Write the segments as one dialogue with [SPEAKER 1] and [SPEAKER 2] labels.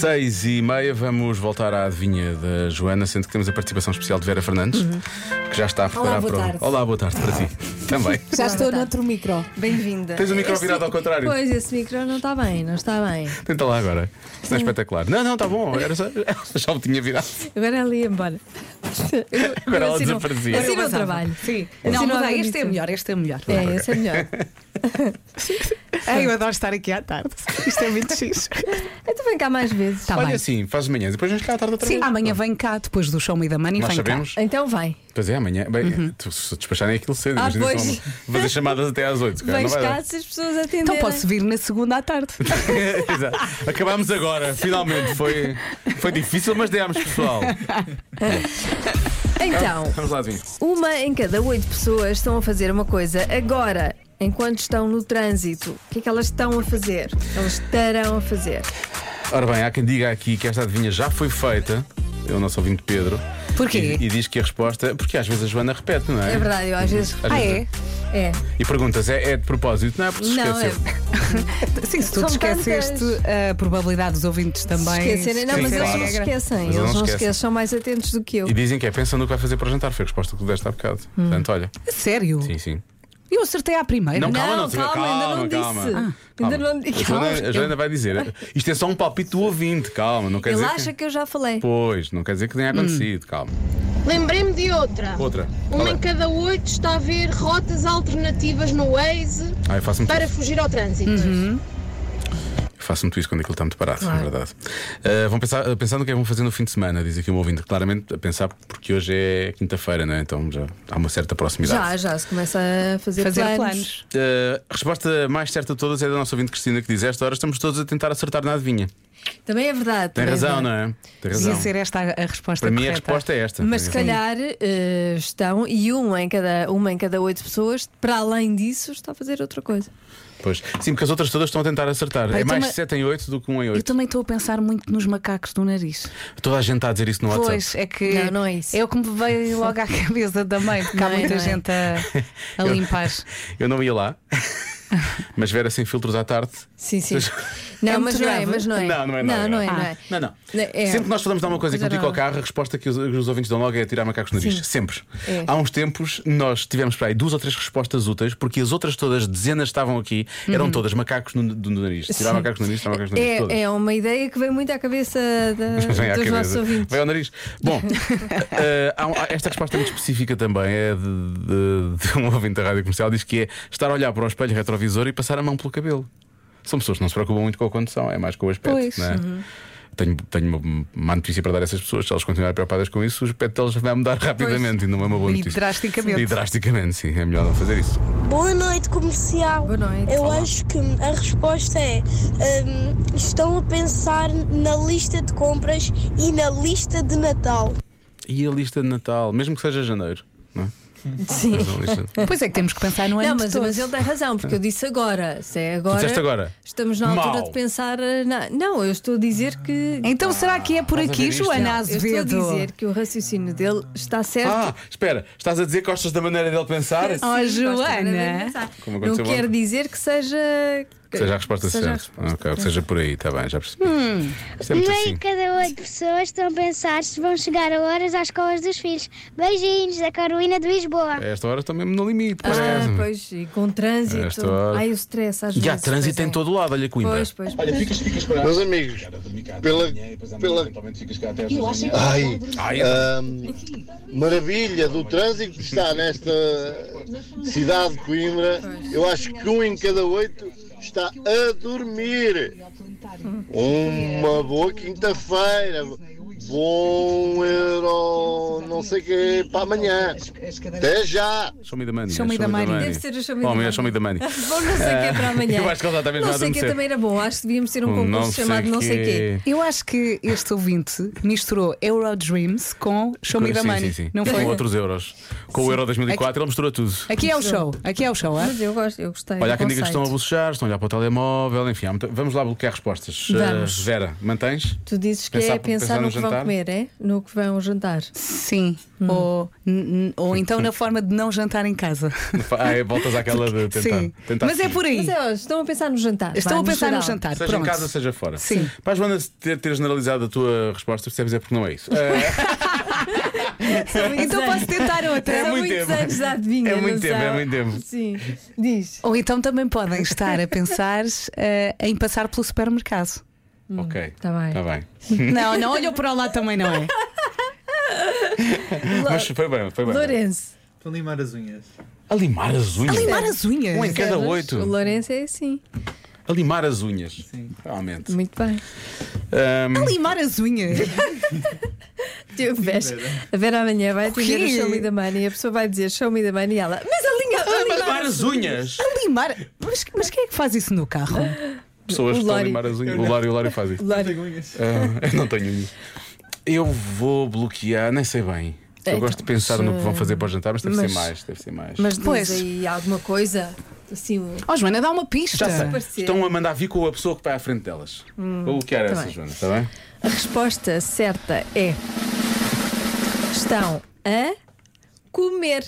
[SPEAKER 1] Seis e meia, vamos voltar à adivinha da Joana, sendo que temos a participação especial de Vera Fernandes, que já está a preparar
[SPEAKER 2] boa
[SPEAKER 1] para o-
[SPEAKER 2] tarde.
[SPEAKER 1] Olá, boa tarde para ti. Também.
[SPEAKER 2] Já estou noutro micro. Assim
[SPEAKER 3] Bem-vinda.
[SPEAKER 1] Tens o micro virado ao contrário.
[SPEAKER 3] Pois, esse micro não está bem, não está bem.
[SPEAKER 1] Tenta lá agora. Isso não é espetacular. Não, não, está bom. Era só... Já o tinha virado.
[SPEAKER 3] Agora ela ia embora. Eu-
[SPEAKER 1] Agora
[SPEAKER 3] eu
[SPEAKER 1] ela
[SPEAKER 3] assim não-
[SPEAKER 1] desaparecia.
[SPEAKER 3] Assim não
[SPEAKER 2] Avançava.
[SPEAKER 3] trabalho.
[SPEAKER 2] Sim.
[SPEAKER 3] Assim
[SPEAKER 2] Não,
[SPEAKER 3] não
[SPEAKER 2] mas
[SPEAKER 3] há
[SPEAKER 2] é, este é
[SPEAKER 3] condição.
[SPEAKER 2] melhor, este é melhor.
[SPEAKER 3] É, esse é melhor.
[SPEAKER 2] Ai, eu adoro estar aqui à tarde. Isto é muito xixi.
[SPEAKER 3] Então vem cá mais vezes. Está
[SPEAKER 1] Olha
[SPEAKER 3] bem.
[SPEAKER 1] assim, faz manhã, depois vamos cá à tarde outra
[SPEAKER 2] Sim,
[SPEAKER 1] vez.
[SPEAKER 2] amanhã vem cá, depois do Show Me da Money,
[SPEAKER 1] Nós
[SPEAKER 2] vem
[SPEAKER 1] sabemos.
[SPEAKER 3] Então vai.
[SPEAKER 1] Pois é, amanhã. Bem, tu- se despacharem aquilo cedo,
[SPEAKER 3] Uhum. Ah,
[SPEAKER 1] imagina
[SPEAKER 3] pois.
[SPEAKER 1] só uma- fazer chamadas até às oito. se calhar
[SPEAKER 3] Vens
[SPEAKER 1] não vai
[SPEAKER 3] cá
[SPEAKER 1] dar.
[SPEAKER 3] se as pessoas
[SPEAKER 2] cá.
[SPEAKER 3] atenderem.
[SPEAKER 2] Então posso vir na segunda à tarde.
[SPEAKER 1] Exato. Acabámos agora, finalmente. Foi, foi difícil, mas demos, pessoal.
[SPEAKER 3] Então,
[SPEAKER 1] Vamos lá, adivinha.
[SPEAKER 3] uma em cada oito pessoas estão a fazer uma coisa agora, enquanto estão no trânsito. O que é que elas estão a fazer? Elas estarão a fazer.
[SPEAKER 1] Ora bem, há quem diga aqui que esta adivinha já foi feita. É o nosso ouvinte Pedro.
[SPEAKER 2] Porquê?
[SPEAKER 1] E, e diz que a resposta. Porque às vezes a Joana repete, não é?
[SPEAKER 3] É verdade, eu às vezes.
[SPEAKER 1] Às
[SPEAKER 2] Ah,
[SPEAKER 1] vezes-
[SPEAKER 2] é?
[SPEAKER 3] É.
[SPEAKER 1] E perguntas, é, é de propósito? Não é porque se
[SPEAKER 3] Não,
[SPEAKER 1] esqueceu.
[SPEAKER 2] Sim, se tu
[SPEAKER 3] São
[SPEAKER 2] te esqueceste,
[SPEAKER 3] tantas.
[SPEAKER 2] a probabilidade dos ouvintes também.
[SPEAKER 3] Esquecerem, não, mas
[SPEAKER 1] Sim,
[SPEAKER 3] eles
[SPEAKER 1] claro.
[SPEAKER 3] não se esquecem.
[SPEAKER 1] Mas
[SPEAKER 3] Eles não se
[SPEAKER 1] esquecem.
[SPEAKER 3] esquecem, são mais atentos do que eu.
[SPEAKER 1] E dizem que é pensando no que vai fazer para o jantar. Foi a resposta que tu deste há bocado.
[SPEAKER 3] Hum.
[SPEAKER 1] Portanto, olha.
[SPEAKER 2] Sério?
[SPEAKER 1] Sim, sim.
[SPEAKER 2] Eu acertei à primeira. né?
[SPEAKER 1] Não, calma, não,
[SPEAKER 3] Não,
[SPEAKER 1] senhora,
[SPEAKER 3] calma, ainda não
[SPEAKER 1] calma,
[SPEAKER 3] disse.
[SPEAKER 1] calma.
[SPEAKER 3] Ah.
[SPEAKER 1] Calma.
[SPEAKER 3] Ainda não-
[SPEAKER 1] A Joana-
[SPEAKER 3] calma.
[SPEAKER 1] A Joana vai dizer. Isto é só um palpite do ouvinte, calma. Não quer
[SPEAKER 3] Ele
[SPEAKER 1] dizer.
[SPEAKER 3] acha Hum. que eu já falei.
[SPEAKER 1] Pois, não quer dizer que tenha acontecido, calma.
[SPEAKER 4] Lembrei-me de outra.
[SPEAKER 1] Outra.
[SPEAKER 4] Uma
[SPEAKER 1] Qual é?
[SPEAKER 4] em cada oito está a ver rotas alternativas no Waze
[SPEAKER 1] Ah, eu faço muito
[SPEAKER 4] para
[SPEAKER 1] isso.
[SPEAKER 4] fugir ao trânsito.
[SPEAKER 2] Uhum.
[SPEAKER 1] Eu faço muito isso quando aquilo está muito parado, é
[SPEAKER 3] Claro.
[SPEAKER 1] verdade. Ah, vão pensar, ah, pensar no que é que vão fazer no fim de semana, diz aqui o meu ouvinte. Claramente a pensar porque hoje é quinta-feira, não é? Então já há uma certa proximidade.
[SPEAKER 3] Já, já se começa a fazer,
[SPEAKER 2] Fazer planos.
[SPEAKER 1] Ah, a resposta mais certa de todas é da nossa ouvinte Cristina que diz: Esta hora estamos todos a tentar acertar na adivinha.
[SPEAKER 3] Também é verdade.
[SPEAKER 1] Tem
[SPEAKER 3] também
[SPEAKER 1] razão,
[SPEAKER 3] é
[SPEAKER 1] não
[SPEAKER 3] verdade.
[SPEAKER 1] é? Tem
[SPEAKER 2] Devia
[SPEAKER 1] razão.
[SPEAKER 2] ser esta a a resposta
[SPEAKER 1] Para mim a
[SPEAKER 2] correta.
[SPEAKER 1] resposta é esta.
[SPEAKER 3] Mas se
[SPEAKER 1] Para mim-
[SPEAKER 3] calhar eh, estão, e uma em, cada, uma em cada oito pessoas, para além disso, está a fazer outra coisa.
[SPEAKER 1] Pois. Sim, porque as outras todas estão a tentar acertar.
[SPEAKER 2] Pai,
[SPEAKER 1] é
[SPEAKER 2] eu
[SPEAKER 1] mais
[SPEAKER 2] também-
[SPEAKER 1] 7 em 8 do que 1 em
[SPEAKER 2] Eu
[SPEAKER 1] 8.
[SPEAKER 2] também estou a pensar muito nos macacos do nariz.
[SPEAKER 1] Toda a gente está a dizer isso no WhatsApp.
[SPEAKER 2] Pois, é que
[SPEAKER 3] Não, não é isso.
[SPEAKER 2] o que me veio logo à cabeça também, porque há
[SPEAKER 3] Não é,
[SPEAKER 2] muita
[SPEAKER 3] não é.
[SPEAKER 2] gente a, a
[SPEAKER 1] Eu-
[SPEAKER 2] limpar.
[SPEAKER 1] Eu não ia lá. Mas Vera sem filtros à tarde.
[SPEAKER 3] Sim, sim.
[SPEAKER 1] Mas-
[SPEAKER 3] Não,
[SPEAKER 2] É
[SPEAKER 3] mas
[SPEAKER 2] muito
[SPEAKER 3] não é,
[SPEAKER 2] grave.
[SPEAKER 3] mas não é.
[SPEAKER 1] Não, não é
[SPEAKER 3] Não,
[SPEAKER 1] nada
[SPEAKER 3] não é,
[SPEAKER 1] grave.
[SPEAKER 3] não é.
[SPEAKER 1] Não, não.
[SPEAKER 3] Não, é.
[SPEAKER 1] Sempre que nós falamos de alguma coisa que
[SPEAKER 3] Coisa
[SPEAKER 1] implica ao
[SPEAKER 3] nova.
[SPEAKER 1] carro, a resposta que os, que os ouvintes dão logo é tirar macacos no nariz. Sempre.
[SPEAKER 3] É.
[SPEAKER 1] Há uns tempos nós tivemos para aí duas ou três respostas úteis, porque as outras todas, dezenas estavam aqui, eram todas macacos no, do nariz. Tirar
[SPEAKER 2] Sim.
[SPEAKER 1] macacos no nariz, tirar macacos no nariz. todas.
[SPEAKER 3] Uhum. É, é uma ideia que vem muito à cabeça da- Hum, dos
[SPEAKER 1] Vem à
[SPEAKER 3] nossos
[SPEAKER 1] cabeça.
[SPEAKER 3] ouvintes.
[SPEAKER 1] Vem ao nariz. Bom, eh, há um- há- esta resposta é muito específica também é de, de- de um ouvinte da rádio comercial. Diz que é estar a olhar para o espelho retrovisor e passar a mão pelo cabelo. São pessoas que não se preocupam muito com a condução, é mais com o aspecto.
[SPEAKER 2] Pois,
[SPEAKER 1] não é?
[SPEAKER 3] Uhum.
[SPEAKER 1] Tenho, tenho uma má notícia para dar a essas pessoas. Se elas continuarem preocupadas com isso, o aspecto delas vai mudar rapidamente e não é uma boa
[SPEAKER 2] E
[SPEAKER 1] notícia.
[SPEAKER 2] drasticamente.
[SPEAKER 1] E drasticamente, sim. É melhor não fazer isso.
[SPEAKER 5] Boa noite, comercial.
[SPEAKER 3] Boa noite.
[SPEAKER 5] Eu acho que a resposta é: hum, estão a pensar na lista de compras e na lista de Natal.
[SPEAKER 1] E a lista de Natal, mesmo que seja janeiro, não é?
[SPEAKER 3] Sim.
[SPEAKER 1] Mas a lista-
[SPEAKER 2] Pois é que temos que pensar no ano.
[SPEAKER 3] Não, mas,
[SPEAKER 2] todo.
[SPEAKER 3] mas ele tem razão, porque eu disse agora. Se é agora.
[SPEAKER 1] disseste agora?
[SPEAKER 3] Estamos na altura
[SPEAKER 1] Mau.
[SPEAKER 3] de pensar. eh, na- Não, eu estou a dizer que.
[SPEAKER 2] Então será que é por
[SPEAKER 1] Estás a
[SPEAKER 2] aqui,
[SPEAKER 1] ver isto?
[SPEAKER 2] Joana
[SPEAKER 3] Eu estou a
[SPEAKER 2] Azevedo?
[SPEAKER 3] dizer que o raciocínio dele está certo.
[SPEAKER 1] Ah, espera, estás a dizer que gostas da maneira dele pensar?
[SPEAKER 3] Sim,
[SPEAKER 2] Oh,
[SPEAKER 3] gosto de
[SPEAKER 2] Joana.
[SPEAKER 3] maneira de pensar.
[SPEAKER 1] Como
[SPEAKER 3] Não
[SPEAKER 1] aconteceu
[SPEAKER 3] quer
[SPEAKER 1] ontem.
[SPEAKER 3] dizer que seja.
[SPEAKER 1] Que Seja a resposta certa. Ok, ou que seja por aí, está bem, já percebi.
[SPEAKER 3] Hum.
[SPEAKER 1] Isto é muito
[SPEAKER 6] Meio
[SPEAKER 1] assim.
[SPEAKER 6] cada oito pessoas estão a pensar se vão chegar a horas às escolas dos filhos. Beijinhos da Carolina de Lisboa.
[SPEAKER 1] A esta hora estou mesmo no limite, por
[SPEAKER 3] Ah,
[SPEAKER 1] acaso.
[SPEAKER 3] pois, e com
[SPEAKER 1] A
[SPEAKER 3] trânsito.
[SPEAKER 1] esta hora.
[SPEAKER 3] Ai, o stress às
[SPEAKER 1] é. e há
[SPEAKER 3] vezes,
[SPEAKER 1] trânsito
[SPEAKER 3] pois
[SPEAKER 1] em
[SPEAKER 3] é.
[SPEAKER 1] todo o lado, olha Coimbra.
[SPEAKER 3] Pois, pois. pois.
[SPEAKER 7] Meus amigos, pela, pela ai, é.
[SPEAKER 1] Ai,
[SPEAKER 7] ahm, maravilha do trânsito que está nesta cidade de Coimbra, eu acho que um em cada oito está a dormir. Uma boa quinta-feira, bom euro, não sei o que, para amanhã. Até já!
[SPEAKER 1] show me the money.
[SPEAKER 2] Show me the money.
[SPEAKER 3] Deve ser o show me the
[SPEAKER 1] Bom,
[SPEAKER 3] money.
[SPEAKER 1] é show me the money.
[SPEAKER 3] Bom, não sei o que é para amanhã.
[SPEAKER 1] Eu acho que ele já está mesmo a
[SPEAKER 3] Não sei o que é
[SPEAKER 1] adormecer.
[SPEAKER 3] também era bom. Acho que devíamos ter um
[SPEAKER 1] Um
[SPEAKER 3] concurso chamado não sei o quê.
[SPEAKER 2] Eu acho que este ouvinte misturou Eurodreams com Show Me the
[SPEAKER 1] sim,
[SPEAKER 2] Money.
[SPEAKER 1] Sim, sim.
[SPEAKER 2] Não
[SPEAKER 1] Com
[SPEAKER 2] foi?
[SPEAKER 1] outros euros. Com o Euro 2004, ele misturou tudo.
[SPEAKER 2] Aqui é o show, aqui é o show, hã?
[SPEAKER 3] Mas eu gosto, eu gostei.
[SPEAKER 1] Olha, há
[SPEAKER 3] do
[SPEAKER 1] quem diga que estão a
[SPEAKER 3] conceito.
[SPEAKER 1] bucejar, estão a olhar para o telemóvel, enfim, há muita- vamos lá bloquear respostas.
[SPEAKER 3] Vamos.
[SPEAKER 1] Eh, Vera, mantens?
[SPEAKER 3] Tu dizes que
[SPEAKER 1] Pensar-
[SPEAKER 3] é pensar,
[SPEAKER 1] pensar no
[SPEAKER 3] no que vão
[SPEAKER 1] jantar.
[SPEAKER 3] comer, é? No que vão jantar.
[SPEAKER 2] Sim. Ou, n- n- ou então na forma de não jantar em casa.
[SPEAKER 1] Ah, é, voltas àquela de tentar.
[SPEAKER 2] Sim.
[SPEAKER 1] tentar
[SPEAKER 2] Mas é por aí.
[SPEAKER 3] Mas é, hoje, estão a pensar no jantar.
[SPEAKER 2] Estou
[SPEAKER 3] vá,
[SPEAKER 2] a pensar no
[SPEAKER 3] geral.
[SPEAKER 2] jantar.
[SPEAKER 1] Seja
[SPEAKER 2] Pronto.
[SPEAKER 1] em casa, seja fora.
[SPEAKER 2] Sim.
[SPEAKER 1] Para a Joana ter, ter generalizado a tua resposta, percebes é porque não é isso. É,
[SPEAKER 2] Então posso tentar outra.
[SPEAKER 1] É
[SPEAKER 3] São
[SPEAKER 1] muito
[SPEAKER 3] muitos
[SPEAKER 1] tempo.
[SPEAKER 3] anos de adivinha,
[SPEAKER 1] É muito
[SPEAKER 3] não
[SPEAKER 1] tempo,
[SPEAKER 3] são?
[SPEAKER 1] é muito tempo.
[SPEAKER 3] Sim. Diz.
[SPEAKER 2] Ou então também podem estar a pensar eh, em passar pelo supermercado.
[SPEAKER 1] ok.
[SPEAKER 3] tá bem.
[SPEAKER 1] Tá bem.
[SPEAKER 2] Não, não olhou para o lado também, não é?
[SPEAKER 1] Mas foi bem, foi bem.
[SPEAKER 3] Lourenço.
[SPEAKER 8] Para limar as unhas.
[SPEAKER 1] A limar as unhas.
[SPEAKER 2] Limar as unhas.
[SPEAKER 1] Um em cada
[SPEAKER 3] Percebes?
[SPEAKER 1] oito.
[SPEAKER 3] O Lourenço é assim.
[SPEAKER 1] A limar as unhas. Sim. Realmente.
[SPEAKER 3] Muito bem.
[SPEAKER 1] Ahm,
[SPEAKER 2] Limar as unhas.
[SPEAKER 3] Diogo Veja.
[SPEAKER 1] né?
[SPEAKER 3] A Vera amanhã vai atender
[SPEAKER 2] quê?
[SPEAKER 3] o show me the money e a pessoa vai dizer show me the money e ela. Mas a linha. A
[SPEAKER 1] a
[SPEAKER 3] linha
[SPEAKER 1] limar as unhas.
[SPEAKER 2] Limar. Mas, mas quem é que faz isso no carro?
[SPEAKER 1] Pessoas que estão a
[SPEAKER 3] Lori.
[SPEAKER 1] limar as unhas. O Lório, o Lório faz isso.
[SPEAKER 8] Tenho unhas.
[SPEAKER 1] Ah, eu não tenho unhas. Eu vou bloquear, nem sei bem. Eu
[SPEAKER 3] Então,
[SPEAKER 1] gosto de pensar no que vão fazer para o jantar, mas deve
[SPEAKER 3] mas-
[SPEAKER 1] ser mais, deve ser mais.
[SPEAKER 3] Mas depois
[SPEAKER 2] Pois.
[SPEAKER 3] aí alguma coisa. Assim, um-
[SPEAKER 2] Oh, Joana, dá uma pista.
[SPEAKER 1] Já sei.
[SPEAKER 3] Parecer.
[SPEAKER 1] Estão a mandar vir com a pessoa que vai à frente delas. Ou o que era
[SPEAKER 3] tá
[SPEAKER 1] essa,
[SPEAKER 3] bem.
[SPEAKER 1] Joana? Está bem?
[SPEAKER 3] a resposta certa é. Estão a comer.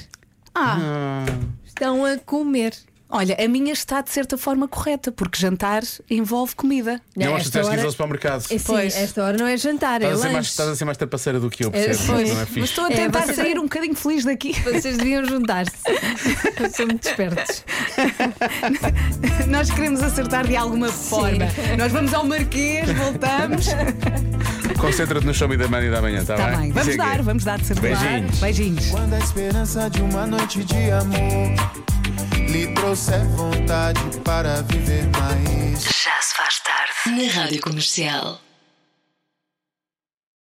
[SPEAKER 2] Ah,
[SPEAKER 3] Estão a comer.
[SPEAKER 2] olha, a minha está de certa forma correta, porque jantar envolve comida.
[SPEAKER 1] Eu acho que
[SPEAKER 3] Esta
[SPEAKER 1] tens que ir
[SPEAKER 3] hora-
[SPEAKER 1] ao supermercado.
[SPEAKER 3] É, sim,
[SPEAKER 2] Pois.
[SPEAKER 3] esta hora não é jantar, é
[SPEAKER 1] Estás a, ser
[SPEAKER 3] lanche.
[SPEAKER 1] mais, estás a ser mais trapaceira do que eu,
[SPEAKER 3] É,
[SPEAKER 1] percebes?
[SPEAKER 3] pois.
[SPEAKER 1] Não é
[SPEAKER 2] Mas
[SPEAKER 1] fixe.
[SPEAKER 2] estou a
[SPEAKER 3] É,
[SPEAKER 2] tentar
[SPEAKER 3] você-
[SPEAKER 2] sair um bocadinho feliz daqui.
[SPEAKER 3] Vocês deviam juntar-se. Eu Sou muito espertos.
[SPEAKER 2] Nós queremos acertar de alguma forma. Nós vamos ao Marquês, voltamos.
[SPEAKER 1] Tá Concentra-te no show me da manhã e da manhã, está
[SPEAKER 2] Tá bem, vamos
[SPEAKER 1] Siga.
[SPEAKER 2] dar, vamos dar de certeza.
[SPEAKER 1] Beijinhos.
[SPEAKER 2] Beijinhos.
[SPEAKER 9] Quando a esperança de uma noite de amor lhe trouxer vontade para viver mais.
[SPEAKER 10] Já se faz tarde. Na Rádio Comercial.